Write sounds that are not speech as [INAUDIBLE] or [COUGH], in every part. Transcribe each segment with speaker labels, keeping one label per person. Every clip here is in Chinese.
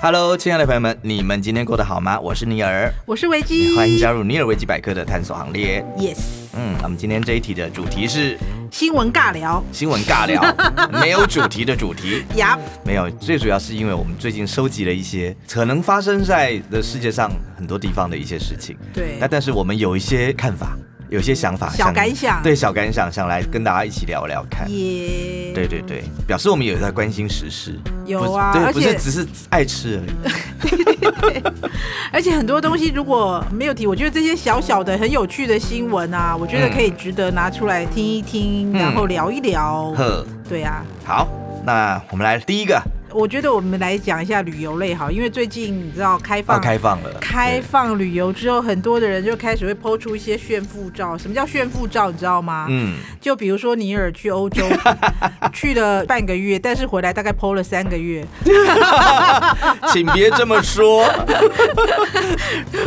Speaker 1: Hello，亲爱的朋友们，你们今天过得好吗？我是尼尔，
Speaker 2: 我是维基，
Speaker 1: 欢迎加入尼尔维基百科的探索行列。
Speaker 2: Yes，
Speaker 1: 嗯，我们今天这一题的主题是
Speaker 2: 新闻尬聊。
Speaker 1: 新闻尬
Speaker 2: [LAUGHS]
Speaker 1: 聊，没有主题的主题。
Speaker 2: 呀，
Speaker 1: 没有，最主要是因为我们最近收集了一些可能发生在的世界上很多地方的一些事情。
Speaker 2: 对
Speaker 1: 那但是我们有一些看法，有一些想法，
Speaker 2: 小
Speaker 1: 想
Speaker 2: 感想
Speaker 1: 对小感想，想来跟大家一起聊聊看。
Speaker 2: 也
Speaker 1: 对对对，表示我们有在关心时事，
Speaker 2: 有啊
Speaker 1: 不是对，
Speaker 2: 而
Speaker 1: 不是
Speaker 2: 且
Speaker 1: 只是爱吃而已。
Speaker 2: 而且很多东西如果没有提，我觉得这些小小的很有趣的新闻啊，我觉得
Speaker 1: 嗯
Speaker 2: 可以值得拿出来听一听，
Speaker 1: 嗯
Speaker 2: 然后聊一聊。
Speaker 1: 呵，
Speaker 2: 对啊，
Speaker 1: 好，那我们来第一个，
Speaker 2: 我觉得我们来讲一下旅游类好，因为最近你知道开
Speaker 1: 要
Speaker 2: 放。
Speaker 1: 哦开放了，
Speaker 2: 开
Speaker 1: 对，
Speaker 2: 放旅游之后，很多的人就开始会抛出一些炫富照。什么叫炫富照？你知道吗？
Speaker 1: 嗯，
Speaker 2: 就比如说尼尔去欧
Speaker 1: [LAUGHS]
Speaker 2: 洲去了半个月，但是回来大概剖了三个月。
Speaker 1: 请别这么说，
Speaker 2: [LAUGHS]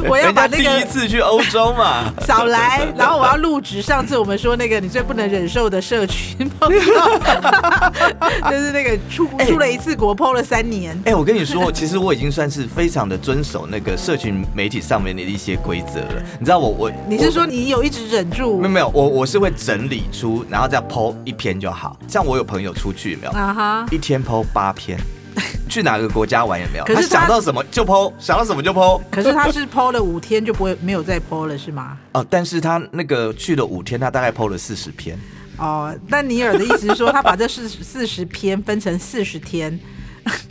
Speaker 2: 我要
Speaker 1: 人
Speaker 2: 把
Speaker 1: 家
Speaker 2: 那
Speaker 1: 第
Speaker 2: 个
Speaker 1: 一次去欧洲嘛， [LAUGHS]
Speaker 2: 少来，然后我要入职。上次我们说那个你最不能忍受的社群碰到， [LAUGHS] 就是那个出出了一次国，剖了三年。
Speaker 1: 哎、我跟你说，其实我已经算是非常的遵守那个社群媒体上面的一些规则了。你知道我我
Speaker 2: 你是
Speaker 1: 我
Speaker 2: 说你有一直忍住
Speaker 1: 没有？没有，我我是会整理出，然后再剖一篇就好。像我有朋友出去有没有，
Speaker 2: 啊哈，
Speaker 1: 一天剖八篇，去哪个国家玩有没有？
Speaker 2: 可是他
Speaker 1: 想到什么就剖，想到什么就剖。
Speaker 2: 可是他是剖了五天就不会没有再剖了是吗？
Speaker 1: 哦，但是他那个去了五天，他大概剖了四十篇。
Speaker 2: 哦，但尼尔的意思是说，他把这四四十篇分成四十天，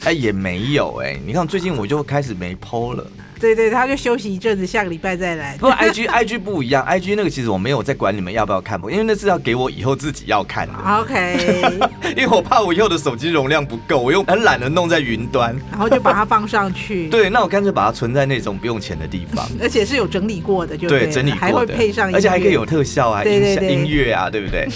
Speaker 1: 哎、也没有哎、你看最近我就开始没剖了。
Speaker 2: 对对，他就休息一阵子，下个礼拜再来。
Speaker 1: 不过
Speaker 2: [LAUGHS]
Speaker 1: IG IG 不一样，IG 那个其实我没有在管你们要不要看，因为那是要给我以后自己要看的。
Speaker 2: 啊 OK，
Speaker 1: 因为我怕我以后的手机容量不够，我又很懒得弄在云端。
Speaker 2: 然后就把它放上去。
Speaker 1: [LAUGHS] 对，那我干脆把它存在那种不用钱的地方。
Speaker 2: 而且是有整理过的，就
Speaker 1: 对，
Speaker 2: 了
Speaker 1: 整理
Speaker 2: 还
Speaker 1: 过
Speaker 2: 会
Speaker 1: 的，
Speaker 2: 配上，
Speaker 1: 而且还可以有。特效啊，
Speaker 2: 对
Speaker 1: 音
Speaker 2: 对
Speaker 1: 响、
Speaker 2: 对
Speaker 1: 音乐啊，对不对？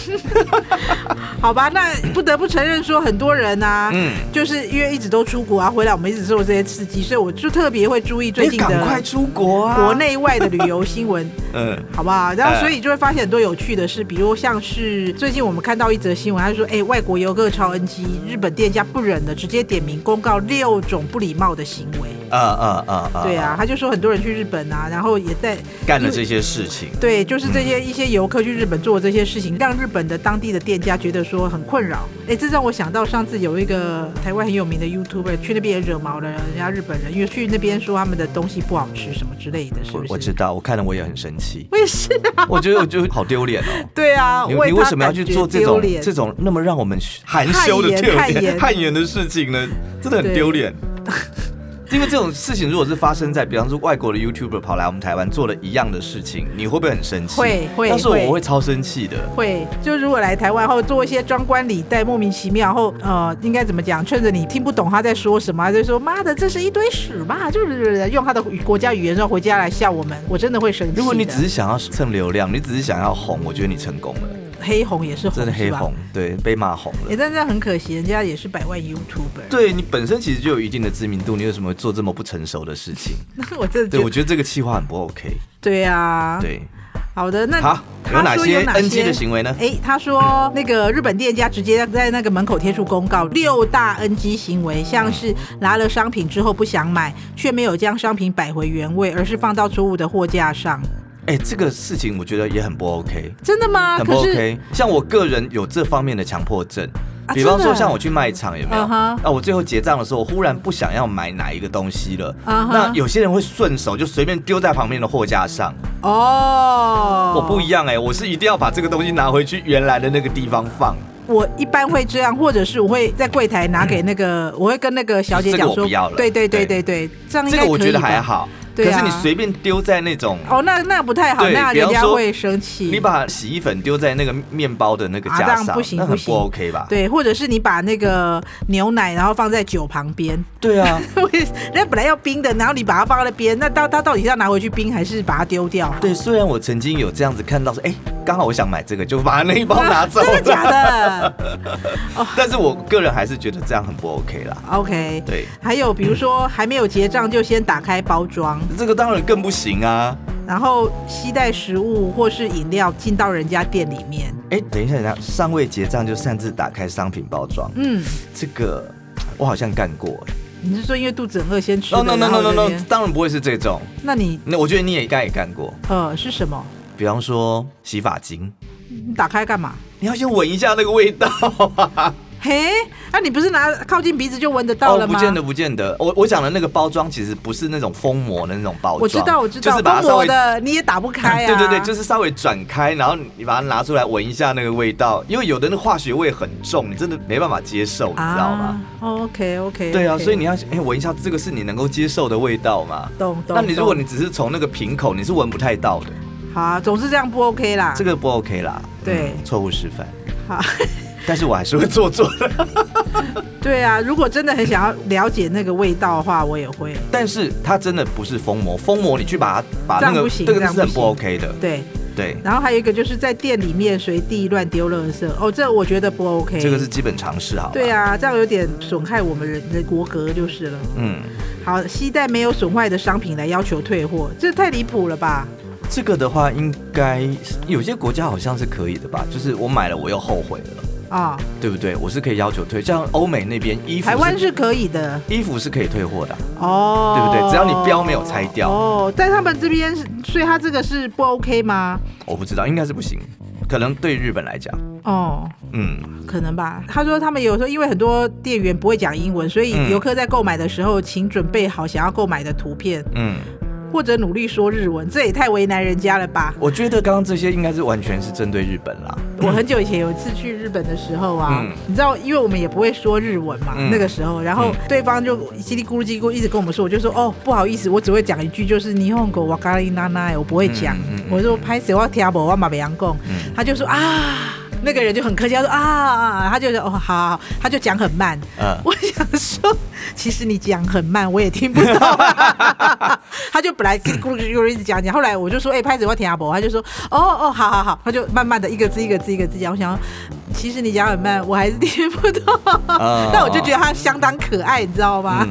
Speaker 2: 好吧，那不得不承认说，很多人啊，
Speaker 1: 嗯
Speaker 2: 就是因为一直都出国啊，回来我们一直受这些刺激，所以我就特别会注意最
Speaker 1: 你
Speaker 2: 近
Speaker 1: 哎赶快
Speaker 2: 的
Speaker 1: 出国啊！
Speaker 2: 国，内外的旅游新闻，
Speaker 1: 嗯，
Speaker 2: 好
Speaker 1: [LAUGHS]
Speaker 2: 不好？然
Speaker 1: 呃
Speaker 2: 后所以就会发现很多有趣的事，比如像是最近我们看到一则新闻，他说，哎、外国游客超 NG，日本店家不忍的直接点名公告六种不礼貌的行为。
Speaker 1: 啊啊啊啊！
Speaker 2: 对，啊，他就说很多人去日本啊，然后也在
Speaker 1: 干了这些事情，
Speaker 2: 对，就是这
Speaker 1: 嗯
Speaker 2: 些一些游客去日本做这些事情，让日本的当地的店家觉得说很困扰。哎，这让我想到上次有一个台湾很有名的 YouTuber 去那边也惹毛了人家日本人，因为去那边说他们的东西不好吃什么之类的，是
Speaker 1: 我
Speaker 2: 不是？，
Speaker 1: 我知道，我看了我也很生气
Speaker 2: 我也是啊，
Speaker 1: 我觉得我就好丢脸哦。
Speaker 2: 对啊，
Speaker 1: 你
Speaker 2: 为
Speaker 1: 你
Speaker 2: 他
Speaker 1: 为什么要
Speaker 2: 感
Speaker 1: 去
Speaker 2: 觉
Speaker 1: 做这
Speaker 2: 丢
Speaker 1: 种
Speaker 2: 脸
Speaker 1: 这种那么让我们含羞的
Speaker 2: 汗颜
Speaker 1: 丢
Speaker 2: 汗
Speaker 1: 脸、
Speaker 2: 颜
Speaker 1: 汗颜的事情呢？真的很
Speaker 2: 对
Speaker 1: 丢脸。 [LAUGHS] 因为这种事情，如果是发生在，比方说外国的 YouTuber 跑来我们台湾做了一样的事情，你会不会很生气？
Speaker 2: 会会
Speaker 1: 要是我
Speaker 2: 会
Speaker 1: 我会超生气的。
Speaker 2: 会，就如果来台湾后做一些装冠李戴、莫名其妙后，呃，应该怎么讲？趁着你听不懂他在说什么，他就说妈的，这是一堆屎嘛，就是用他的国家语言然后回家来笑我们，我真的会生气的。
Speaker 1: 如果你只是想要蹭流量，你只是想要红，我觉得你成功了，
Speaker 2: 黑红也是红，
Speaker 1: 真的黑
Speaker 2: 是吧
Speaker 1: 红，对，被骂红
Speaker 2: 也
Speaker 1: 了。
Speaker 2: 哎但是很可惜，人家也是百万 YouTuber。
Speaker 1: 对你本身其实就有一定的知名度，你为什么会做这么不成熟的事情？
Speaker 2: 我真的
Speaker 1: 对，
Speaker 2: 觉
Speaker 1: 我
Speaker 2: 得
Speaker 1: 觉得这个气话很不 OK。
Speaker 2: 对啊。，
Speaker 1: 对，
Speaker 2: 好的，那
Speaker 1: 好，有
Speaker 2: 他
Speaker 1: 哪
Speaker 2: 说
Speaker 1: 些
Speaker 2: 有哪
Speaker 1: NG 的行为呢？
Speaker 2: 哎，他说那个日本店家直接在那个门口贴出公告，六大 NG 行为，像是拿了商品之后不想买，却没有将商品摆回原位，而是放到错误的货架上。
Speaker 1: 哎、这个事情我觉得也很不 OK，
Speaker 2: 真的吗？
Speaker 1: 很不
Speaker 2: 啊可是
Speaker 1: OK。像我个人有这方面的强迫症，
Speaker 2: 啊
Speaker 1: 比方
Speaker 2: 真
Speaker 1: 说
Speaker 2: 的
Speaker 1: 像我去卖场有没有？
Speaker 2: 嗯哼
Speaker 1: 啊，我最后结账的时候，我忽然不想要买哪一个东西了。
Speaker 2: 嗯哼
Speaker 1: 那有些人会顺手就随便丢在旁边的货架上，
Speaker 2: 哦，
Speaker 1: 我不一样哎、我是一定要把这个东西拿回去原来的那个地方放。
Speaker 2: 我一般会这样，或者是我会在柜台拿给那个，我会跟那个小姐
Speaker 1: 这个
Speaker 2: 讲
Speaker 1: 我
Speaker 2: 说，
Speaker 1: 不要了
Speaker 2: 对对对对对，这样应
Speaker 1: 这
Speaker 2: 该
Speaker 1: 个我
Speaker 2: 可
Speaker 1: 觉
Speaker 2: 以
Speaker 1: 得
Speaker 2: 吧
Speaker 1: 还。好，
Speaker 2: 对
Speaker 1: 可
Speaker 2: 啊
Speaker 1: 是你随便丢在那种，
Speaker 2: 哦，那那不太好，
Speaker 1: 对
Speaker 2: 那
Speaker 1: 比
Speaker 2: 人
Speaker 1: 方
Speaker 2: 家
Speaker 1: 说
Speaker 2: 会生气。
Speaker 1: 你把洗衣粉丢在那个面包的那个
Speaker 2: 啊
Speaker 1: 架
Speaker 2: 这样
Speaker 1: 上，
Speaker 2: 不行
Speaker 1: 那
Speaker 2: 不
Speaker 1: 很不
Speaker 2: 行
Speaker 1: OK 吧？
Speaker 2: 对，或者是你把那个牛奶然后放在酒旁边，
Speaker 1: 对啊，
Speaker 2: [LAUGHS] 那本来要冰的，然后你把它放在边，那到它到底是要拿回去冰还是把它丢
Speaker 1: [LAUGHS]
Speaker 2: 掉？
Speaker 1: 对，虽然我曾经有这样子看到说，哎、刚好我想买这个，就把那一包拿走了，
Speaker 2: 真的假的
Speaker 1: 但是我个人还是觉得这样很不 OK 啦。
Speaker 2: ？OK。
Speaker 1: 对，
Speaker 2: 还有比如说还没有结账就先打开包装，
Speaker 1: 这个当然更不行啊。
Speaker 2: 然后携带食物或是饮料进到人家店里面。
Speaker 1: 哎、等一下，等一下，尚未结账就擅自打开商品包装，
Speaker 2: 嗯，
Speaker 1: 这个我好像干过、哎
Speaker 2: 你是说因为肚子很饿先吃的
Speaker 1: No no no
Speaker 2: 然后
Speaker 1: no no
Speaker 2: 在那
Speaker 1: no，
Speaker 2: 边
Speaker 1: 当然不会是这种。
Speaker 2: 那你
Speaker 1: 那我觉得你也应该也干过，
Speaker 2: 呃是什么？
Speaker 1: 比方说洗发精，
Speaker 2: 你打开干嘛？
Speaker 1: 你要先闻一下那个味道啊。
Speaker 2: 嘿，啊你不是拿靠近鼻子就闻得到
Speaker 1: 哦，
Speaker 2: 了吗？
Speaker 1: 不见得，不见得。我我讲的那个包装其实不是那种封膜的那种包装，
Speaker 2: 我知道我知道，
Speaker 1: 就是把它
Speaker 2: 封
Speaker 1: 稍
Speaker 2: 膜
Speaker 1: 微
Speaker 2: 的你也打不
Speaker 1: [LAUGHS]
Speaker 2: 开啊。
Speaker 1: 对对对，就是稍微转开，然后你把它拿出来闻一下那个味道，因为有的那化学味很重，你真的没办法接受，你知道吗？
Speaker 2: ？OK 啊 OK。
Speaker 1: 对啊，所以你要哎闻一下这个是你能够接受的味道嘛？
Speaker 2: 懂懂。
Speaker 1: 那你如果
Speaker 2: 懂
Speaker 1: 你只是从那个瓶口，你是闻不太到的，
Speaker 2: 好啊，总是这样不 OK 啦。
Speaker 1: 这个不 OK 啦。
Speaker 2: 啊对
Speaker 1: 嗯错误示范。
Speaker 2: [LAUGHS] 好，
Speaker 1: 但是我还是会做做
Speaker 2: [LAUGHS]
Speaker 1: 的。
Speaker 2: 对啊，如果真的很想要了解那个味道的话，我也会。
Speaker 1: 但是它真的不是封膜，封膜你去把它把那
Speaker 2: 这样
Speaker 1: 个
Speaker 2: 不行
Speaker 1: 这个
Speaker 2: 这样
Speaker 1: 是很不
Speaker 2: 不
Speaker 1: OK 的。
Speaker 2: 对，
Speaker 1: 对，
Speaker 2: 然后还有一个就是在店里面随地乱丢垃圾，哦，这我觉得不 OK。
Speaker 1: 这个是。基本常识，好吧？
Speaker 2: 对啊，这样有点损害我们人的国格就是了。
Speaker 1: 嗯，
Speaker 2: 好，携带没有损坏的商品来要求退货，这太离谱了吧？
Speaker 1: 这个的话应该是有些国家好像是可以的吧？就是我买了我又后悔了。
Speaker 2: 啊、
Speaker 1: 对不对？我是可以要求退，像欧美那边衣服，
Speaker 2: 台湾是可以的
Speaker 1: 衣服是可以退货的啊、
Speaker 2: 哦，
Speaker 1: 对不对只要你标没有拆掉
Speaker 2: 哦，但他们这边是，所以他这个是不 OK 吗？
Speaker 1: 我不知道，应该是不行，可能对日本来讲，
Speaker 2: 哦，
Speaker 1: 嗯，
Speaker 2: 可能吧。他说他们有时候因为很多店员不会讲英文，所
Speaker 1: 嗯
Speaker 2: 以游客在购买的时候，请准备好想要购买的图片，
Speaker 1: 嗯，
Speaker 2: 或者努力说日文。这也太为难人家了吧？
Speaker 1: 我觉得刚刚这些应该是完全是针对日本啦，
Speaker 2: 我很久以前有一次去日本的时候啊，
Speaker 1: 嗯
Speaker 2: 你知道，因为我们也不会说日文嘛，
Speaker 1: 嗯
Speaker 2: 那个时候，然后
Speaker 1: 嗯
Speaker 2: 对方就叽里咕噜叽里咕噜一直跟我们说，我就说哦不好意思，我只会讲一句，就是霓虹狗瓦咖喱娜娜，我不会讲，
Speaker 1: 嗯嗯嗯
Speaker 2: 我说拍谁我听不懂我马北洋贡，
Speaker 1: 嗯
Speaker 2: 他就说啊。那个人就很客气，他说啊啊，啊他就说哦好好，好他就讲很慢。
Speaker 1: 嗯
Speaker 2: [LAUGHS] 我想说，其实你讲很慢，我也听不懂、 [LAUGHS] 他就本来叽里咕噜咕噜一直讲讲，后来我就说，哎、拍子我听阿伯，他就说，哦哦，好好好，他就慢慢的一个字一个字一个字讲。我想说，其实你讲很慢，我还是听不懂，
Speaker 1: 啊
Speaker 2: 但我就觉得啊他相当可爱，你知道吗？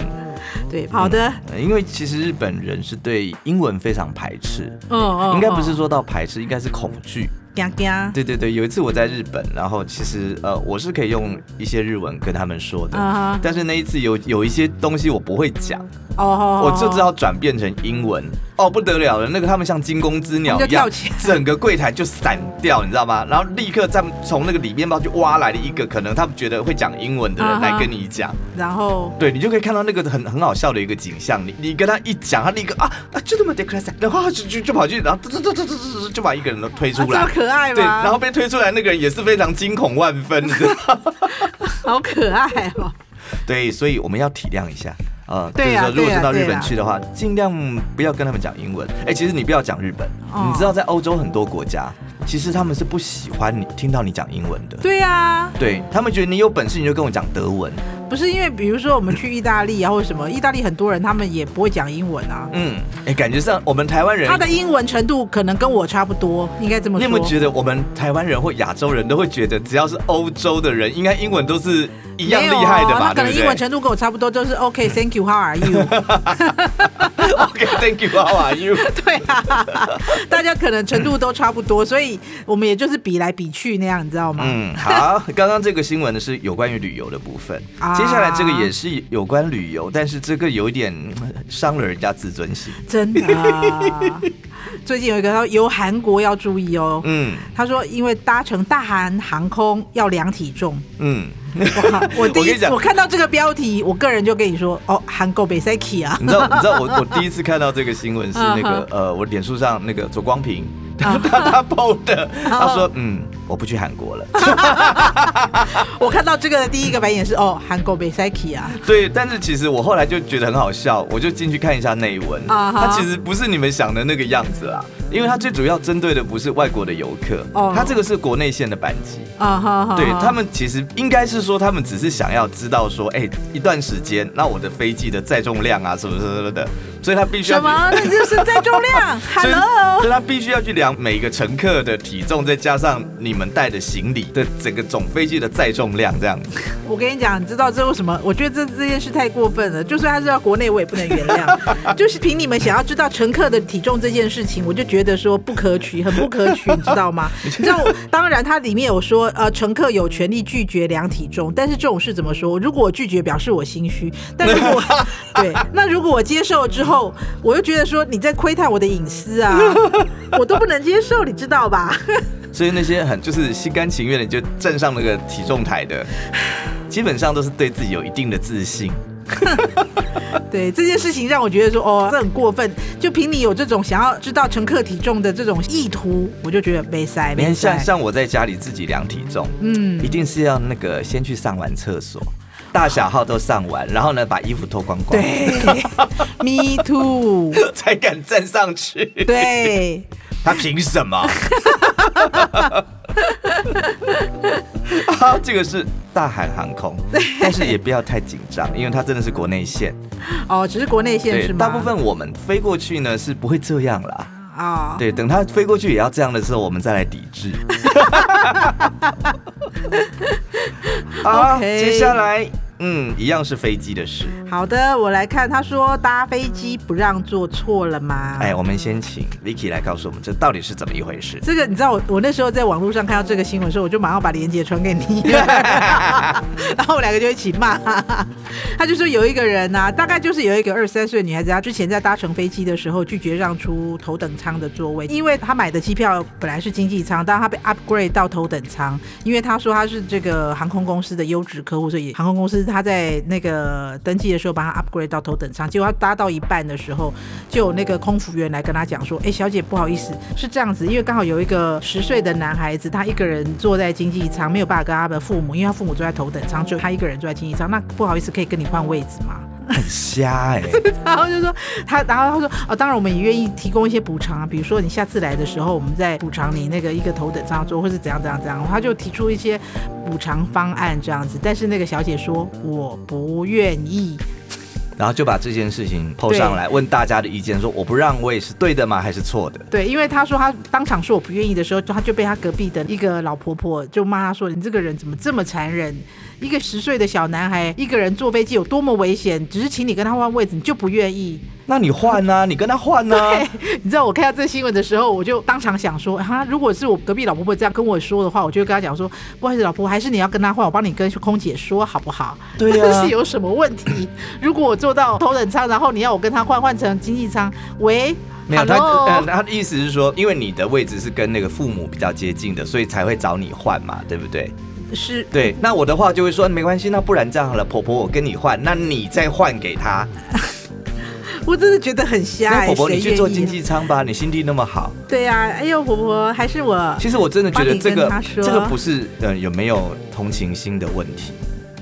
Speaker 2: 对，好的，
Speaker 1: 嗯，因为其实日本人是对英文非常排斥，
Speaker 2: 嗯嗯，
Speaker 1: 应该不是说到排斥，应该是恐惧。
Speaker 2: 嘎嘎，
Speaker 1: 对对对，有一次我在日本，然后其实呃我是可以用一些日文跟他们说的
Speaker 2: 啊哈
Speaker 1: 但是那一次有有一些东西我不会讲。
Speaker 2: 哦哦，
Speaker 1: 我就知道转变成英文哦，不得了了！那个他们像惊弓之鸟
Speaker 2: 他们就
Speaker 1: 一样
Speaker 2: 跳起来，
Speaker 1: 整个柜台就散掉，你知道吗？然后立刻在从那个里面包就挖来了一个可能他们觉得会讲英文的人
Speaker 2: 啊哈
Speaker 1: 来跟你讲，
Speaker 2: 然后
Speaker 1: 对你就可以看到那个很很好笑的一个景象。你你跟他一讲，他立刻啊啊就这么 d e c l a s 然后他就就就跑去，然后嘟嘟嘟嘟嘟嘟嘟就把一个人都推
Speaker 2: 啊
Speaker 1: 出
Speaker 2: 这
Speaker 1: 来
Speaker 2: 么。可爱吗？
Speaker 1: 对，然后被推出来那个人也是非常惊恐万分，你知道
Speaker 2: [LAUGHS]
Speaker 1: 吗？
Speaker 2: 好可爱哦。
Speaker 1: 对，所以我们要体谅一下。呃，
Speaker 2: 对
Speaker 1: 就是
Speaker 2: 啊
Speaker 1: 说，如果是到日
Speaker 2: 对
Speaker 1: 本
Speaker 2: 啊
Speaker 1: 去的话，尽量不要跟他们讲英文。哎、其实你不要讲日本，
Speaker 2: 哦
Speaker 1: 你知道在欧洲很多国家，其实他们是不喜欢你听到你讲英文的。
Speaker 2: 对啊，
Speaker 1: 对他们觉得你有本事你就跟我讲德文，
Speaker 2: 不是因为比如说我们去意大利啊，或者什么，意大利很多人他们也不会讲英文啊。
Speaker 1: 嗯，哎、感觉上我们台湾人
Speaker 2: 他，的英文程度可能跟我差不多，应该这么
Speaker 1: 你
Speaker 2: 说。
Speaker 1: 有没有觉得我们台湾人或亚洲人都会觉得，只要是欧洲的人，应该英文都是一样厉害的
Speaker 2: 没有啊
Speaker 1: 吧？
Speaker 2: 他可能
Speaker 1: 对
Speaker 2: 英
Speaker 1: 不
Speaker 2: 文
Speaker 1: 对
Speaker 2: 程度跟我差不多，就是 OK，Thank、you，How are
Speaker 1: [LAUGHS]
Speaker 2: you？
Speaker 1: ？OK，Thank you，How are you？
Speaker 2: 对啊，大家可能程度都差不多，所以我们也就是比来比去那样，你知道吗？
Speaker 1: 嗯，好，刚刚这个新闻呢是有关于旅游的部分，
Speaker 2: 啊
Speaker 1: 接下来这个也是有关旅游，但是这个有一点呃伤了人家自尊
Speaker 2: [LAUGHS]
Speaker 1: 心。
Speaker 2: 真的。啊最近有一个他说游韩国要注意哦，
Speaker 1: 嗯
Speaker 2: 他说因为搭乘大韩航空要量体重。
Speaker 1: 嗯，
Speaker 2: 哇我第
Speaker 1: 我跟
Speaker 2: 一
Speaker 1: 你
Speaker 2: 次
Speaker 1: 讲
Speaker 2: 我看到这个标题，我个人就跟你说，哦，韩国北塞奇啊，
Speaker 1: [LAUGHS] 你知道你知道我我第一次看到这个新
Speaker 2: [LAUGHS]
Speaker 1: 闻是那个
Speaker 2: 嗯
Speaker 1: 呃，我脸书上那个左光平。
Speaker 2: 啊
Speaker 1: 他
Speaker 2: [LAUGHS]
Speaker 1: 他他 PO
Speaker 2: 哦
Speaker 1: 的，他说嗯，我不去韩国了。 [LAUGHS]
Speaker 2: 我看到这个的第一个白眼是哦，韩国北塞奇啊，
Speaker 1: 对，但是其实我后来就觉得很好笑，我就进去看一下内文。
Speaker 2: 啊哈
Speaker 1: 他其实不是你们想的那个样子啦，因为他最主要针对的不是外国的游客
Speaker 2: 哦，
Speaker 1: 他这个是国内线的班机。
Speaker 2: 啊哈哈，
Speaker 1: 对
Speaker 2: 哈
Speaker 1: 他们其实应该是说，他们只是想要知道说，哎、一段时间，那我的飞机的载重量啊，什么什么什么的，所以他必须要
Speaker 2: 什
Speaker 1: 去
Speaker 2: 么？那就是载重 [LAUGHS] 量
Speaker 1: 所以
Speaker 2: ，Hello。
Speaker 1: 所以他必须要去量每一个乘客的体重，再加上你们带的行李的整个总飞机的载重量，这样子。
Speaker 2: 我跟你讲，你知道这为什么？我觉得这这件事太过分了。就算他是到国内，我也不能原 [LAUGHS] 谅。就是凭你们想要知道乘客的体重这件事情，我就觉得说不可取，很不可取，你知道吗？ [LAUGHS] 你知道，当然它里面有说，呃，乘客有权利拒绝量体重，但是这种事怎么说？如果我拒绝，表示我心虚；但如果 [LAUGHS] 我对，那如果我接受了之后，我又觉得说你在窥探我的隐私啊，我都不能接受，你知道吧？
Speaker 1: 所以那些很就是心甘情愿的就站上那个体重台的，基本上都是对自己有一定的自信。
Speaker 2: 对这件事情让我觉得说，哦，这很过分。就凭你有这种想要知道乘客体重的这种意图，我就觉得没塞
Speaker 1: 你
Speaker 2: 没
Speaker 1: 看，像
Speaker 2: 塞。
Speaker 1: 像我在家里自己量体重，
Speaker 2: 嗯
Speaker 1: 一，定是要那个先去上完厕所，大小号都上完，然后呢把衣服脱光光，
Speaker 2: 对 [LAUGHS] ，me too。
Speaker 1: [LAUGHS] 才敢站上去。
Speaker 2: 对，
Speaker 1: [LAUGHS] 他凭什 [LAUGHS] 么？好，啊这个是大韩航空，但是也不要太紧张，因为它真的是国内
Speaker 2: [LAUGHS]
Speaker 1: 线。
Speaker 2: 哦，只是国内线是吗？
Speaker 1: 大部分我们飞过去呢是不会这样啦。
Speaker 2: 啊，
Speaker 1: [LAUGHS] 对，等它飞过去也要这样的时候，我们再来抵 [LAUGHS] 制。好
Speaker 2: OK
Speaker 1: 接下来，嗯，一样是飞机的事。
Speaker 2: 好的，我来看，他说搭飞机不让坐错了吗？
Speaker 1: 哎，我们先请 Vicky 来告诉我们这到底是怎么一回事。
Speaker 2: 这个你知道我我那时候在网络上看到这个新闻的时候，我就马上把链接传给你，然后我们两个就一起骂。他就说有一个人呐、大概就是有一个二十三岁的女孩子，她之前在搭乘飞机的时候拒绝让出头等舱的座位，因为她买的机票本来是经济舱，但她被 upgrade 到头等舱，因为她说她是这个航空公司的优质客户，所以航空公司她在那个登记的时候把她 upgrade 到头等舱，结果她搭到一半的时候，就有那个空服员来跟她讲说：“哎、小姐，不好意思，是这样子，因为刚好有一个十岁的男孩子，他一个人坐在经济舱，没有办法跟他的父母，因为他父母坐在头等舱，只有他一个人坐在经济舱。那不好意思，可以跟你换位置吗？”
Speaker 1: [LAUGHS]
Speaker 2: [LAUGHS]
Speaker 1: 很瞎哎、
Speaker 2: 然后就说他，然后他说哦，当然我们也愿意提供一些补偿啊，比如说你下次来的时候，我们再补偿你那个一个头等舱座，或是怎样怎样怎样。他就提出一些补偿方案这样子，但是那个小姐说我不愿意。
Speaker 1: 然后就把这件事情抛上来，问大家的意见，说我不让位是对的吗？还是错的？
Speaker 2: 对，因为他说他当场说我不愿意的时候，就他就被他隔壁的一个老婆婆就骂他说：“你这个人怎么这么残忍？一个十岁的小男孩一个人坐飞机有多么危险？只是请你跟他换位置，你就不愿意。
Speaker 1: 那你换 [LAUGHS] 啊，你跟他换啊。
Speaker 2: 你知道我看到这新闻的时候，我就当场想说：哈，如果是我隔壁老婆婆这样跟我说的话，我就跟她讲说：不好意思，老婆，还是你要跟他换，我帮你跟空姐说好不好？
Speaker 1: 对
Speaker 2: 这
Speaker 1: 啊
Speaker 2: 是有什么问题？ [LAUGHS] 如果我坐到头等舱，然后你要我跟他换换成经济舱，喂，
Speaker 1: 没有他，
Speaker 2: Hello？
Speaker 1: 呃他的意思是说，因为你的位置是跟那个父母比较接近的，所以才会找你换嘛，对不对？
Speaker 2: 是
Speaker 1: 对，那我的话就会说没关系，那不然这样好了，婆婆我跟你换，那你再换给他，
Speaker 2: 我真的觉得很瞎、
Speaker 1: 那
Speaker 2: 欸。
Speaker 1: 婆婆
Speaker 2: 谁
Speaker 1: 你去做
Speaker 2: 愿意
Speaker 1: 经济舱吧，你心地那么好。
Speaker 2: 对呀、哎呦，婆婆还是我，
Speaker 1: 其实我真的觉得这
Speaker 2: 帮你跟
Speaker 1: 个
Speaker 2: 他说
Speaker 1: 这个不是呃有没有同情心的问题，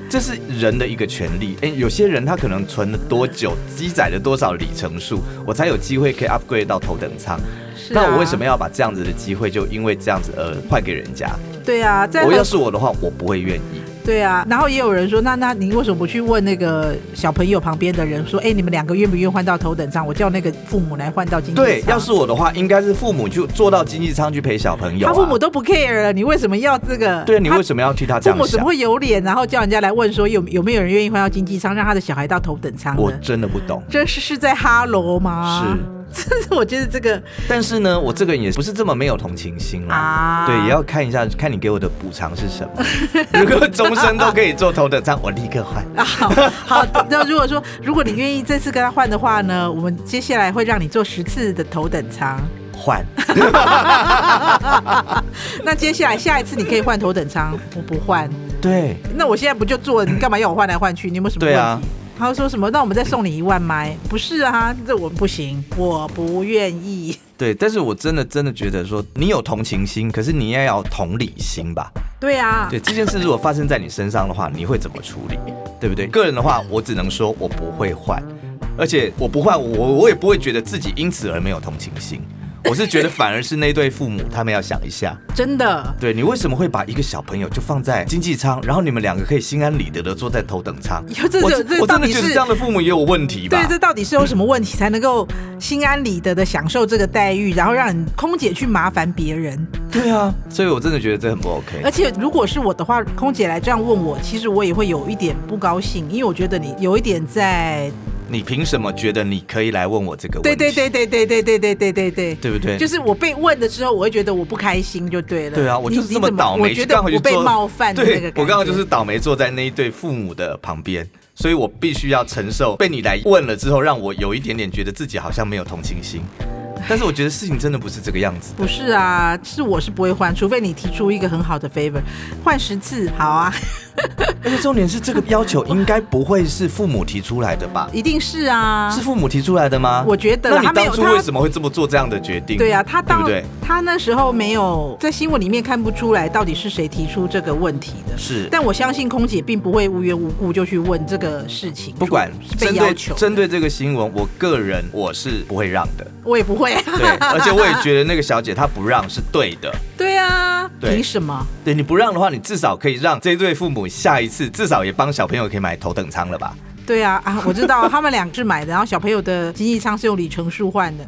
Speaker 1: 这是人的一个权利。哎，有些人他可能存了多久，积载了多少里程数，我才有机会可以 upgrade 到头等舱。
Speaker 2: 是啊
Speaker 1: 那我为什么？要把这样子的机会就因为这样子而换给人家？
Speaker 2: 对啊呀、在
Speaker 1: 我要是我的话，我不会愿意。
Speaker 2: 对啊，然后也有人说，那那你为什么不去问那个小朋友旁边的人说，哎，你们两个愿不愿意换到头等舱？我叫那个父母来换到经济舱。
Speaker 1: 对，要是我的话，应该是父母就坐到经济舱去陪小朋友、啊。
Speaker 2: 他父母都不 care 了，你为什么要这个？
Speaker 1: 对，啊你
Speaker 2: 他
Speaker 1: 为什么要替他这
Speaker 2: 父
Speaker 1: 样
Speaker 2: 母怎
Speaker 1: 想
Speaker 2: 么？会有脸，然后叫人家来问说有有没有人愿意换到经济舱，让他的小孩到头等舱
Speaker 1: 我
Speaker 2: 呢？啊
Speaker 1: 真的不懂。
Speaker 2: 这是是在哈罗吗？
Speaker 1: 是。
Speaker 2: 是， [LAUGHS] 我觉得这个
Speaker 1: 但是呢，我这个人也不是这么没有同情心啦，
Speaker 2: 啊
Speaker 1: 对，也要看一下，看你给我的补偿是什
Speaker 2: [LAUGHS]
Speaker 1: 么。如果终身都可以做头等舱，我立刻换。
Speaker 2: 啊，好，好， [LAUGHS] 那如果说如果你愿意这次跟他换的话呢，我们接下来会让你坐十次的头等舱。
Speaker 1: 换，
Speaker 2: 那接下来下一次你可以换头等舱，我不换。
Speaker 1: 对，
Speaker 2: 那我现在不就坐？你干嘛要我换来换去？你有没有什么
Speaker 1: 对
Speaker 2: 问题？
Speaker 1: 啊
Speaker 2: 他会说什么？那我们再送你一万麦？不是啊，这我不行，我不愿意。
Speaker 1: 对。但是我真的真的觉得说，你有同情心，可是你也要有同理心吧。
Speaker 2: 对啊，
Speaker 1: 对，这件事如果发生在你身上的话，你会怎么处理？对不对？个人的话，我只能说我不会换，而且我不换，我我也不会觉得自己因此而没有同情心。我是觉得反而是那对父母他们要想一下，
Speaker 2: 真的。
Speaker 1: 对你为什么会把一个小朋友就放在经济舱，然后你们两个可以心安理得的坐在头等舱？
Speaker 2: 哟 [LAUGHS] 这
Speaker 1: 我
Speaker 2: 这这
Speaker 1: 我
Speaker 2: 到
Speaker 1: 真的
Speaker 2: 底
Speaker 1: 觉得
Speaker 2: 是
Speaker 1: 这样的父母也有问题吧
Speaker 2: 对，？这到底是有什么问题才能够心安理得的享受这个待遇，然后让你空姐去麻烦别人？
Speaker 1: 对啊，所以我真的觉得这很不 OK
Speaker 2: 而。且如果是我的话，空姐来这样问我，其实我也会有一点不高兴，因为我觉得你有一点在……
Speaker 1: 你凭什么觉得你可以来问我这个问题？
Speaker 2: 对对，对对对对对对对对对。
Speaker 1: 对不对？
Speaker 2: 就是我被问的时候，我会觉得我不开心就对了。
Speaker 1: 对啊，我就是
Speaker 2: 你
Speaker 1: 这
Speaker 2: 你怎么
Speaker 1: 倒霉，
Speaker 2: 我觉得
Speaker 1: 刚好就
Speaker 2: 我被
Speaker 1: 坐
Speaker 2: 冒犯的那个
Speaker 1: 对
Speaker 2: 感，觉。
Speaker 1: 我刚好就是倒霉坐在那一对父母的旁边，所以我必须要承受被你来问了之后，让我有一点点觉得自己好像没有同情心。但是我觉得事情真的不是这个样子。
Speaker 2: 不是啊，是我是不会换，除非你提出一个很好的 favor，换十次好啊，
Speaker 1: 而且重点是，这个要求应该不会是父母提出来的吧？
Speaker 2: 一定是啊。
Speaker 1: 是父母提出来的吗？
Speaker 2: 我觉得
Speaker 1: 那你
Speaker 2: 他没有
Speaker 1: 当初
Speaker 2: 他
Speaker 1: 为什么会这么做这样的决定？
Speaker 2: 对啊，他
Speaker 1: 对
Speaker 2: 到
Speaker 1: 不对？
Speaker 2: 他那时候没有在新闻里面看不出来到底是谁提出这个问题的。
Speaker 1: 是，
Speaker 2: 但我相信空姐并不会无缘无故就去问这个事情，
Speaker 1: 不管
Speaker 2: 是被
Speaker 1: 针
Speaker 2: 要
Speaker 1: 对
Speaker 2: 求，
Speaker 1: 针对这个新闻，我个人我是不会让
Speaker 2: [LAUGHS]
Speaker 1: 的。
Speaker 2: 我也不会。
Speaker 1: 对，而且我也觉得那个小姐她不让是对的。
Speaker 2: [LAUGHS] 对啊，
Speaker 1: 对
Speaker 2: 凭什么？
Speaker 1: 对你不让的话，你至少可以让这对父母下一次至少也帮小朋友可以买头等舱了吧？
Speaker 2: 对啊啊，我知道他们两个是买的，然后小朋友的经济舱是用里程数换
Speaker 1: [LAUGHS]
Speaker 2: 的，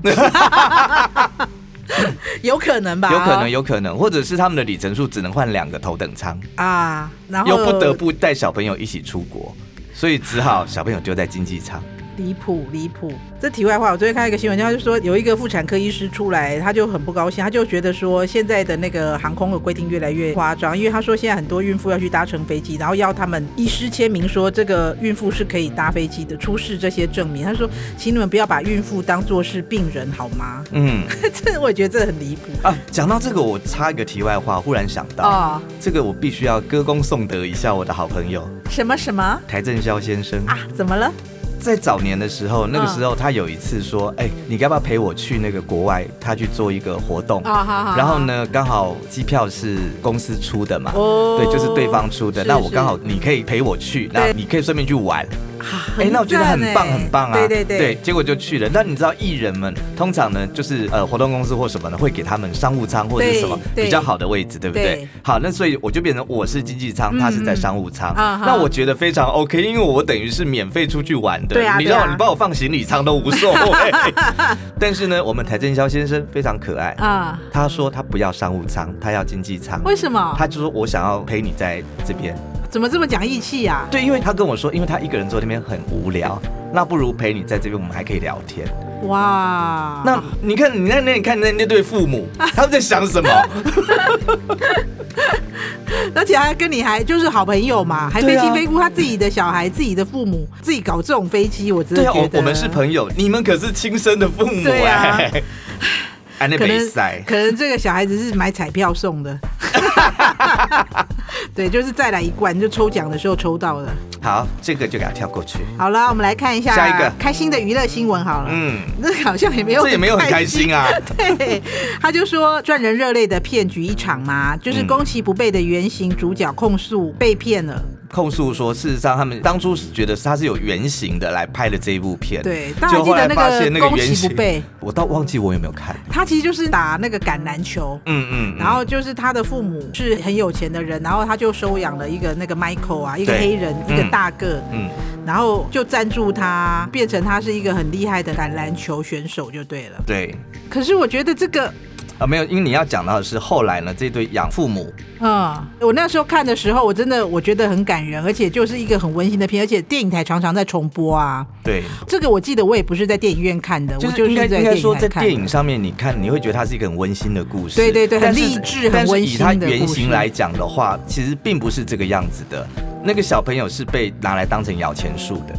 Speaker 2: 有可能吧？
Speaker 1: 有可能，有可能，或者是他们的里程数只能换两个头等舱，
Speaker 2: 啊，然后
Speaker 1: 又不得不带小朋友一起出国，所以只好小朋友丢在经济舱。
Speaker 2: 离谱离谱。这题外话，我昨天看到一个新闻，他就说有一个妇产科医师出来，他就很不高兴，他就觉得说现在的那个航空的规定越来越夸张，因为他说现在很多孕妇要去搭乘飞机，然后要他们医师签名说这个孕妇是可以搭飞机的，出示这些证明。他说，请你们不要把孕妇当做是病人好吗？ [LAUGHS]
Speaker 1: 嗯
Speaker 2: 这我也觉得这很离谱
Speaker 1: 啊，讲到这个，我插一个题外话，忽然想到，
Speaker 2: 啊、
Speaker 1: 这个我必须要歌功颂德一下我的好朋友
Speaker 2: 什么什么
Speaker 1: 邰正宵先生。
Speaker 2: 啊？怎么了？
Speaker 1: 在早年的时候，那个时候他有一次说：“哎、你要不要陪我去那个国外？他去做一个活动。
Speaker 2: 啊，好好
Speaker 1: 然后？呢，刚好机票是公司出的嘛，
Speaker 2: 哦
Speaker 1: 对，就是对方出的。
Speaker 2: 是
Speaker 1: 那我
Speaker 2: 是
Speaker 1: 刚好你可以陪我去，那你可以顺便去玩。
Speaker 2: 哎
Speaker 1: 哎、那我觉得很棒很棒啊！
Speaker 2: 欸对对对，
Speaker 1: 结果就去了。那你知道艺人们通常呢，就是呃活动公司或什么呢，会给他们商务舱或者是什么
Speaker 2: 对对
Speaker 1: 比较好的位置，对不对？
Speaker 2: 对
Speaker 1: 好，那所以我就变成我是经济舱，他是在商务舱。
Speaker 2: 嗯啊哈
Speaker 1: 那我觉得非常 OK，因为我等于是免费出去玩的，
Speaker 2: 对啊
Speaker 1: 你
Speaker 2: 对啊
Speaker 1: 让我你把我放行李舱都无所
Speaker 2: [LAUGHS]
Speaker 1: 谓。但是呢，我们邰正宵先生非常可爱。
Speaker 2: 啊，
Speaker 1: 他说他不要商务舱，他要经济舱。
Speaker 2: 为什么？
Speaker 1: 他就说我想要陪你在这边。
Speaker 2: 怎么这么讲义气呀、
Speaker 1: 对，因为他跟我说，因为他一个人坐那边很无聊，那不如陪你在这边，我们还可以聊天。
Speaker 2: 哇，
Speaker 1: 那你看，你看那你看那那对父 [LAUGHS] 母，他们在想什么？
Speaker 2: 而且还跟你还就是好朋友嘛，还
Speaker 1: 对
Speaker 2: 飞
Speaker 1: 啊
Speaker 2: 机飞过他自己的小孩、自己的父母，自己搞这种飞机，我真的
Speaker 1: 对啊，
Speaker 2: 觉
Speaker 1: 我
Speaker 2: 得
Speaker 1: 我们是朋友，你们可是亲生的父母
Speaker 2: 对啊
Speaker 1: 哎、 [LAUGHS] 哎，那
Speaker 2: 可
Speaker 1: 没
Speaker 2: 能
Speaker 1: 塞。
Speaker 2: 可能这个小孩子是买彩票送
Speaker 1: [LAUGHS]
Speaker 2: 的，对，就是再来一罐，就抽奖的时候抽到的。
Speaker 1: 好，这个就给他跳过去。
Speaker 2: 好了，我们来看一下
Speaker 1: 下一个
Speaker 2: 开心的娱乐新闻好了。
Speaker 1: 嗯，
Speaker 2: 那好像也没有，
Speaker 1: 这也没有很开。心啊。 [LAUGHS]
Speaker 2: 对，他就说赚人热泪的骗局一场嘛，就是
Speaker 1: 嗯
Speaker 2: 宫崎不备的原型主角控诉被骗了。
Speaker 1: 控诉说，事实上他们当初是觉得他是有原型的来拍的这一部片，
Speaker 2: 对，大家
Speaker 1: 就
Speaker 2: 还记
Speaker 1: 后
Speaker 2: 得
Speaker 1: 来发
Speaker 2: 那
Speaker 1: 现
Speaker 2: 个
Speaker 1: 那个
Speaker 2: 宫
Speaker 1: 原
Speaker 2: 崎
Speaker 1: 型
Speaker 2: 不，备，
Speaker 1: 我倒忘记我有没有看。
Speaker 2: 他其实就是打那个橄榄球。
Speaker 1: 嗯嗯，嗯
Speaker 2: 然后就是他的父母是很有钱的人，然后他就收养了一个那个 Michael 啊，一个
Speaker 1: 对
Speaker 2: 黑人，一个
Speaker 1: 嗯
Speaker 2: 大个，
Speaker 1: 嗯，
Speaker 2: 然后就赞助他，变成他是一个很厉害的橄榄球选手就对了。
Speaker 1: 对。
Speaker 2: 可是我觉得这个，
Speaker 1: 啊，没有，因为你要讲到的是后来呢，这对养父母，
Speaker 2: 嗯，我那时候看的时候，我真的我觉得很感人，而且就是一个很温馨的片，而且电影台常常在重播啊。
Speaker 1: 对，
Speaker 2: 这个我记得我也不是在电影院看的，
Speaker 1: 就
Speaker 2: 我
Speaker 1: 是
Speaker 2: 就是
Speaker 1: 应该
Speaker 2: 在
Speaker 1: 应
Speaker 2: 电
Speaker 1: 该
Speaker 2: 影
Speaker 1: 说
Speaker 2: 台
Speaker 1: 在
Speaker 2: 看的。
Speaker 1: 电影上面，你看你会觉得它是一个很温馨的故事，
Speaker 2: 对对对很
Speaker 1: 但是
Speaker 2: 励志
Speaker 1: 但
Speaker 2: 很温
Speaker 1: 是以
Speaker 2: 馨
Speaker 1: 它
Speaker 2: 的
Speaker 1: 原
Speaker 2: 故
Speaker 1: 型
Speaker 2: 事
Speaker 1: 来讲的话，其实并不是这个样子的。那个小朋友是被拿来当成摇钱树的，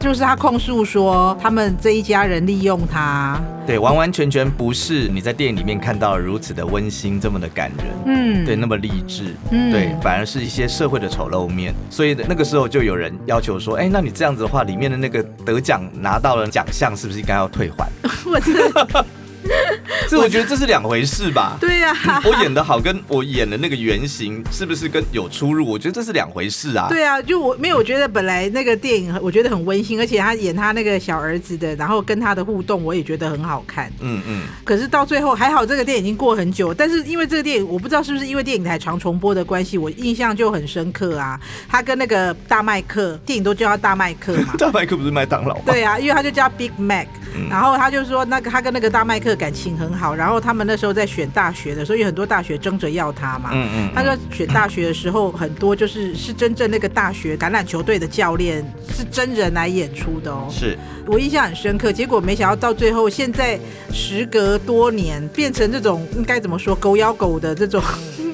Speaker 2: 就是他控诉说他们这一家人利用他，
Speaker 1: 对，完完全全不是你在电影里面看到的如此的温馨，这么的感人。
Speaker 2: 嗯， [LAUGHS]
Speaker 1: 对，那么励志，
Speaker 2: 嗯
Speaker 1: 对，反而是一些社会的丑陋面，所以那个时候就有人要求说，哎，那你这样子的话，里面的那个得奖拿到了奖项，是不是应该要退还？
Speaker 2: 我真的。
Speaker 1: [LAUGHS] 所以我觉得这是两回事吧。
Speaker 2: [LAUGHS] 对啊
Speaker 1: [LAUGHS]
Speaker 2: 呀、
Speaker 1: 我演的好，跟我演的那个原型是不是跟有出入？我觉得这是两回事啊。
Speaker 2: 对啊，就我没有，我觉得本来那个电影我觉得很温馨，而且他演他那个小儿子的，然后跟他的互动，我也觉得很好看。
Speaker 1: 嗯嗯，，
Speaker 2: 可是到最后还好，这个电影已经过很久，但是因为这个电影，我不知道是不是因为电影台常重播的关系，我印象就很深刻啊。他跟那个大麦克，电影都叫他大麦克嘛
Speaker 1: [LAUGHS] 大麦克不是麦当劳吗？
Speaker 2: 对啊，因为他就叫 Big Mac，、
Speaker 1: 嗯
Speaker 2: 然后他就说那个他跟那个大麦克感情很好，然后他们那时候在选大学的时候，有很多大学争着要他嘛，
Speaker 1: 嗯嗯，
Speaker 2: 他说选大学的时候，很多就是是真正那个大学橄榄球队的教练是真人来演出的哦，
Speaker 1: 是
Speaker 2: 我印象很深刻。结果没想到到最后，现在时隔多年，变成这种应该怎么说狗咬狗的这种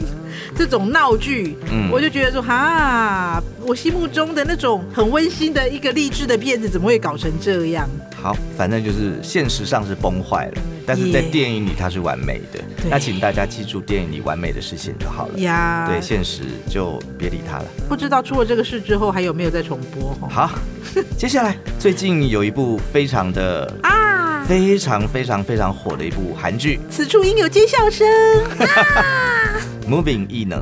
Speaker 2: [LAUGHS] 这种闹剧，
Speaker 1: 嗯
Speaker 2: 我就觉得说哈，我心目中的那种很温馨的一个励志的片子，怎么会搞成这样？
Speaker 1: 好，反正就是现实上是崩坏了，但是在
Speaker 2: Yeah
Speaker 1: 电影里它是完美的。
Speaker 2: 对
Speaker 1: 那请大家记住电影里完美的事情就好了。
Speaker 2: 呀，
Speaker 1: 对，现实就别理它了。
Speaker 2: 不知道出了这个事之后还有没有再重播哦
Speaker 1: 好，接下来最近有一部非常的
Speaker 2: 啊？
Speaker 1: 非常非常非常火的一部韩剧
Speaker 2: 此处应有尖笑
Speaker 1: [LAUGHS]
Speaker 2: 声。
Speaker 1: 《Moving 异能》。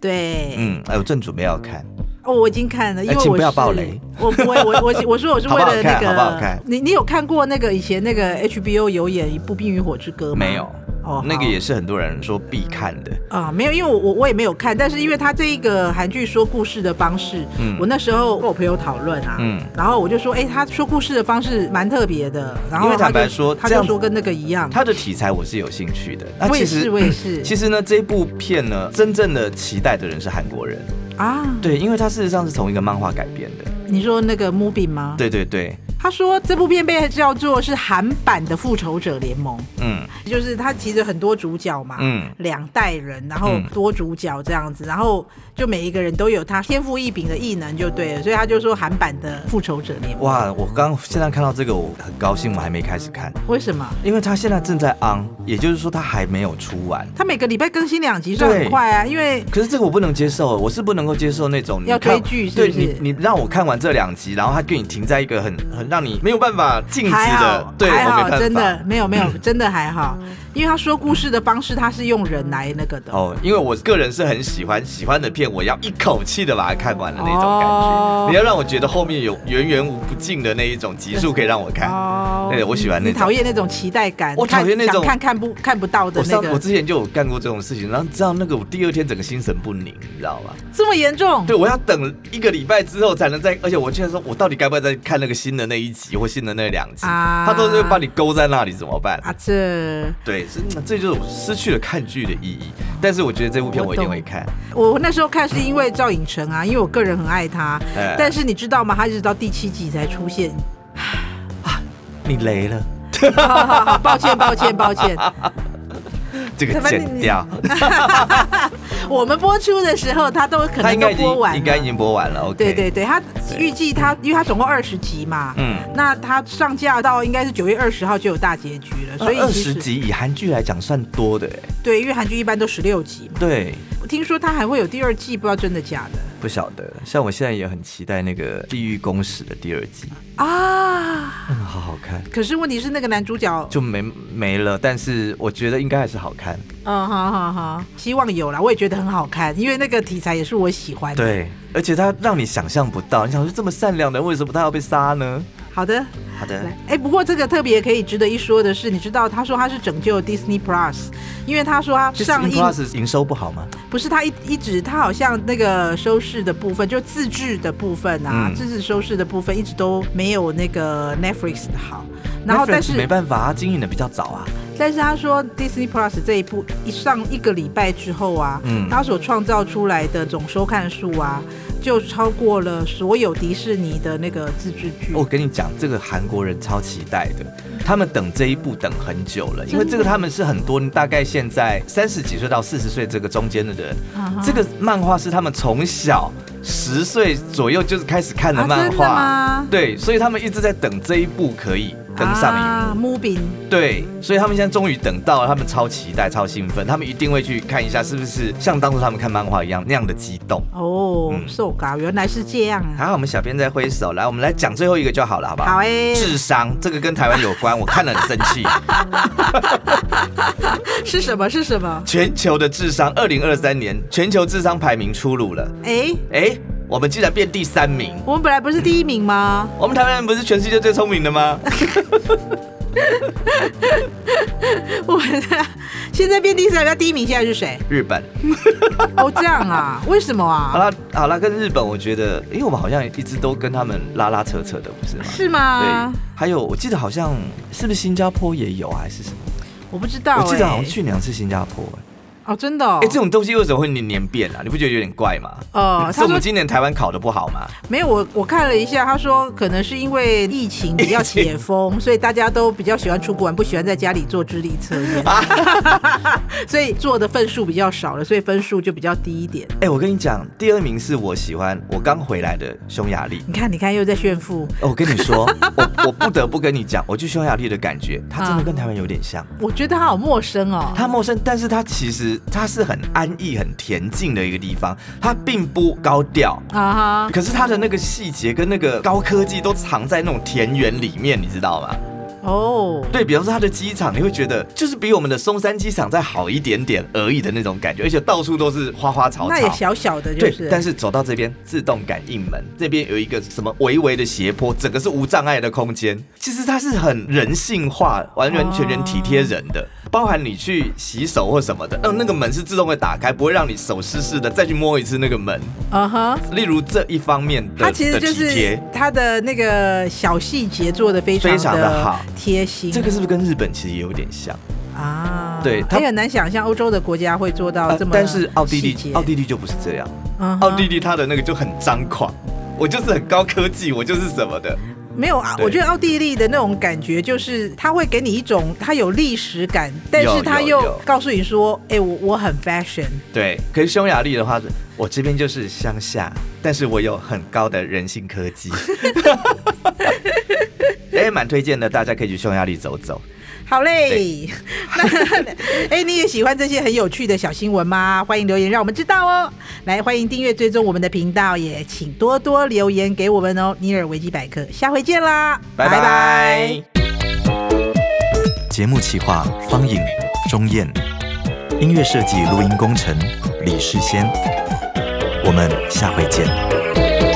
Speaker 2: 对，
Speaker 1: 嗯，哎，我正准备要看。
Speaker 2: 哦，我已经看了，因为我
Speaker 1: 哎请
Speaker 2: 是
Speaker 1: 不要爆雷。
Speaker 2: 我不会，我我
Speaker 1: [LAUGHS]
Speaker 2: 我说我是为了那个，
Speaker 1: 好不好看好不好看
Speaker 2: 你你有看过那个以前那个 HBO 有演一部《冰与火之歌》吗？
Speaker 1: 没有。
Speaker 2: 哦
Speaker 1: 那个
Speaker 2: 好
Speaker 1: 也是很多人说必看的。
Speaker 2: 啊、没有，因为我我我也没有看，但是因为他这一个韩剧说故事的方式，
Speaker 1: 嗯
Speaker 2: 我那时候跟我朋友讨论啊，
Speaker 1: 嗯
Speaker 2: 然后我就说，哎、他说故事的方式蛮特别的，然后
Speaker 1: 因为
Speaker 2: 他
Speaker 1: 坦
Speaker 2: 就
Speaker 1: 白说
Speaker 2: 他
Speaker 1: 这
Speaker 2: 就
Speaker 1: 样
Speaker 2: 说跟那个一样，
Speaker 1: 它的题材我是有兴趣的。那
Speaker 2: 我也
Speaker 1: 其实
Speaker 2: 是我也
Speaker 1: [LAUGHS]
Speaker 2: 是
Speaker 1: 其实呢，这部片呢，真正的期待的人是韩国人。
Speaker 2: 啊，
Speaker 1: 对，因为它事实上是从一个漫画改编的。
Speaker 2: 你说那个 Moving 吗？
Speaker 1: 对对对，
Speaker 2: 他说这部片被叫做是韩版的《复仇者联盟》。
Speaker 1: 嗯
Speaker 2: 就是他其实很多主角嘛，
Speaker 1: 嗯
Speaker 2: 两代人，然后
Speaker 1: 嗯
Speaker 2: 多主角这样子，然后就每一个人都有他天赋异禀的异能就对了，所以他就说韩版的复仇者联盟。
Speaker 1: 哇，我刚现在看到这个，我很高兴，我还没开始看，
Speaker 2: 为什么？
Speaker 1: 因为它现在正在 on，也就是说它还没有出完。
Speaker 2: 他每个礼拜更新两集算很快
Speaker 1: 嗯
Speaker 2: 啊，因为
Speaker 1: 可是这个我不能接受，我是不能够接受那种你
Speaker 2: 要
Speaker 1: 看
Speaker 2: 追剧是不是
Speaker 1: 对你，你让我看完这两集，然后他给你停在一个很很让你没有办法静止
Speaker 2: 还
Speaker 1: 的
Speaker 2: 好，，
Speaker 1: 对，
Speaker 2: 还
Speaker 1: 我没
Speaker 2: 好，
Speaker 1: 办法
Speaker 2: 真的没有没有，真的还好，因为他说故事的方式他是用人来那个的。
Speaker 1: 哦，因为我个人是很喜欢喜欢的片，我要一口气的把它看完的那种感觉。
Speaker 2: 哦
Speaker 1: 你要让我觉得后面有源源不尽的那一种集数可以让我看。
Speaker 2: 哦
Speaker 1: 对我喜欢那
Speaker 2: 你
Speaker 1: 种
Speaker 2: 讨厌那种期待感，
Speaker 1: 我讨厌那
Speaker 2: 看
Speaker 1: 种
Speaker 2: 想看看不看不到的
Speaker 1: 我
Speaker 2: 那
Speaker 1: 上我
Speaker 2: 个，
Speaker 1: 之前就有干过这种事情，然后知道那个我第二天整个心神不宁，你知道吗？
Speaker 2: 这么严重？
Speaker 1: 对，我要等一个礼拜之后才能再，而且我现在说我到底该不该再看那个新的那一集或新的那两集？
Speaker 2: 啊
Speaker 1: 他都是把你勾在那里，怎么办？
Speaker 2: 啊，这
Speaker 1: 对，是这就是我失去了看剧的意义。但是我觉得这部片我一定会看。
Speaker 2: 我那时候看是因为赵寅成啊，因为我个人很爱他
Speaker 1: 哎。
Speaker 2: 但是你知道吗？他一直到第七集才
Speaker 1: [LAUGHS]
Speaker 2: 出现。
Speaker 1: 你雷了，
Speaker 2: 好好好，抱歉，抱歉，抱歉。
Speaker 1: 这个
Speaker 2: 怎么
Speaker 1: 剪
Speaker 2: 啊
Speaker 1: 掉，
Speaker 2: 我们播出的时候，他都可
Speaker 1: 他
Speaker 2: 能
Speaker 1: 应
Speaker 2: 都
Speaker 1: 该已经
Speaker 2: 播完了。
Speaker 1: 应该已经播完了。OK，
Speaker 2: 对对对，他预计他，因为他总共二十集嘛。
Speaker 1: 嗯
Speaker 2: 那他上架到应该是九月二十号就有大结局了，所以
Speaker 1: 二
Speaker 2: 其
Speaker 1: 十
Speaker 2: 实
Speaker 1: 集以韩剧来讲算多的哎。
Speaker 2: 对，因为韩剧一般都十六集嘛。
Speaker 1: 对，
Speaker 2: 我听说他还会有第二季，不知道真的假的
Speaker 1: 不晓得。像我现在也很期待那个《地狱公使》的第二季，
Speaker 2: 啊。
Speaker 1: 嗯，好好看。
Speaker 2: 可是问题是那个男主角
Speaker 1: 就没没了，但是我觉得应该还是好看。
Speaker 2: 嗯，好好好，希望有啦。我也觉得很好看，因为那个题材也是我喜欢的。
Speaker 1: 对，而且他让你想象不到，你想说这么善良的人，为什么他要被杀呢？
Speaker 2: 好的，
Speaker 1: 好的
Speaker 2: 来，哎、不过这个特别可以值得一说的是，你知道他说他是拯救 Disney Plus，因为他说他
Speaker 1: 其实
Speaker 2: 上
Speaker 1: In
Speaker 2: 映
Speaker 1: Plus 营收不好吗？
Speaker 2: 不是他一一直他好像那个收视的部分，就自制的部分啊，
Speaker 1: 嗯
Speaker 2: 自制收视的部分一直都没有那个 Netflix 的好。然后，但
Speaker 1: Netflix 没
Speaker 2: 是
Speaker 1: 办法，他经营的比较早啊。
Speaker 2: 但是他说 Disney Plus 这一部一上一个礼拜之后啊，
Speaker 1: 嗯
Speaker 2: 他所创造出来的总收看数啊，就超过了所有迪士尼的那个自制剧。
Speaker 1: 哦我跟你讲，这个韩国人超期待的，他们等这一步等很久了，因为
Speaker 2: 真的
Speaker 1: 这个他们是很多大概现在三十几岁到四十岁这个中间的人，
Speaker 2: 嗯啊
Speaker 1: 这个漫画是他们从小十岁左右就是开始看的
Speaker 2: 啊
Speaker 1: 漫
Speaker 2: 真的
Speaker 1: 画，
Speaker 2: 吗
Speaker 1: 对，所以他们一直在等这一步可以登上荧幕。
Speaker 2: 啊，木饼
Speaker 1: 对，所以他们现在终于等到了，他们超期待、超兴奋，他们一定会去看一下，是不是像当初他们看漫画一样那样的激动。
Speaker 2: 哦
Speaker 1: 嗯，
Speaker 2: 受搞、原来是这样啊。
Speaker 1: 还好我们小编在挥手，来，我们来讲最后一个
Speaker 2: 哎
Speaker 1: 就好了，好不好？
Speaker 2: 好哎、
Speaker 1: 智商这个跟台湾有关，我看了很生气。
Speaker 2: 是什么？是什么？
Speaker 1: 全球的智商，二零二三年全球智商排名出炉了。
Speaker 2: 哎，
Speaker 1: 哎，我们竟然变第三名。
Speaker 2: 我们本来不是第一名吗？ [LAUGHS]
Speaker 1: 我们台湾人不是全世界最聪明的吗？
Speaker 2: 我们现在变第三，那第一名现在是谁？ [LAUGHS]
Speaker 1: 日本。
Speaker 2: 哦，这样啊？为什么
Speaker 1: 好
Speaker 2: 啊？
Speaker 1: 啦，好啦，跟日本，我觉得，哎因为我们好像一直都跟他们拉拉扯扯的，不是吗？
Speaker 2: 是吗
Speaker 1: 对？，还有我记得好像是不是新加坡也有啊还是什么？
Speaker 2: 我不知道、欸。
Speaker 1: 我记得好像去两次新加坡、欸。
Speaker 2: 哦，真的、哦。
Speaker 1: 哎、这种东西为什么会年年变啊？你不觉得有点怪吗？
Speaker 2: 哦
Speaker 1: 是我
Speaker 2: 他说
Speaker 1: 们今年台湾考的不好吗？
Speaker 2: 没有，我我看了一下，他说可能是因为疫情比较解封，所以大家都比较喜欢出国玩，不喜欢在家里做智力测验，
Speaker 1: 啊
Speaker 2: [LAUGHS] 所以做的份数比较少了，所以分数就比较低一点。
Speaker 1: 哎、我跟你讲，第二名是我喜欢我刚回来的匈牙利。
Speaker 2: 你看，你看又在炫富，
Speaker 1: 哦我跟你
Speaker 2: [LAUGHS]
Speaker 1: 说，我我不得不跟你讲，我去匈牙利的感觉，它真的
Speaker 2: 啊
Speaker 1: 跟台湾有点像。
Speaker 2: 我觉得他好陌生哦。
Speaker 1: 它陌生，但是它其实它是很安逸、很恬静的一个地方，它并不高调，
Speaker 2: 啊
Speaker 1: 可是它的那个细节跟那个高科技都藏在那种田园里面，你知道吗？
Speaker 2: 哈，哦，
Speaker 1: 对比方说它的机场，你会觉得就是比我们的松山机场再好一点点而已的那种感觉，而且到处都是花花草草。
Speaker 2: 那也小小的，就
Speaker 1: 对，
Speaker 2: 是。
Speaker 1: 但是走到这边自动感应门，这边有一个什么微微的斜坡，整个是无障碍的空间。其实它是很人性化，完完全全体贴人的，包含你去洗手或什么的，嗯，那个门是自动会打开，不会让你手湿湿的再去摸一次那个门。
Speaker 2: 啊哈，
Speaker 1: 例如这一方面的，
Speaker 2: 他其实就
Speaker 1: 的体
Speaker 2: 是
Speaker 1: 贴。
Speaker 2: 他的那个小细节做的非
Speaker 1: 非常
Speaker 2: 常
Speaker 1: 的好
Speaker 2: 贴心，
Speaker 1: 这个是不是跟日本其实也有点像？
Speaker 2: 啊，
Speaker 1: 对他
Speaker 2: 也很难想象欧洲的国家会做到
Speaker 1: 呃
Speaker 2: 哦这么细节、
Speaker 1: 但是奥地利，奥地利就不是这样。
Speaker 2: 嗯哼
Speaker 1: 奥地利它的那个就很张狂，我就是很高科技，我就是什么的。
Speaker 2: 没有啊，
Speaker 1: 对
Speaker 2: 我觉得奥地利的那种感觉就是，它会给你一种它有历史感，但是它
Speaker 1: 有有
Speaker 2: 又
Speaker 1: 有
Speaker 2: 告诉你说，哎、我我很 fashion，
Speaker 1: 对，可是匈牙利的话，我这边就是乡下，但是我有很高的人性科
Speaker 2: [LAUGHS]
Speaker 1: 技。哎，蛮推荐的，大家可以去匈牙利走走。
Speaker 2: 好嘞。 [LAUGHS] 那哎、你也喜欢这些很有趣的小新闻吗？欢迎留言让我们知道哦。来，欢迎订阅追踪我们的频道，也请多多留言给我们哦。尼尔维基百科，下回见啦，
Speaker 1: 拜拜。
Speaker 3: 节目企划方颖、钟燕，音乐设计、录音工程李世先。我们下回见。
Speaker 2: 拜拜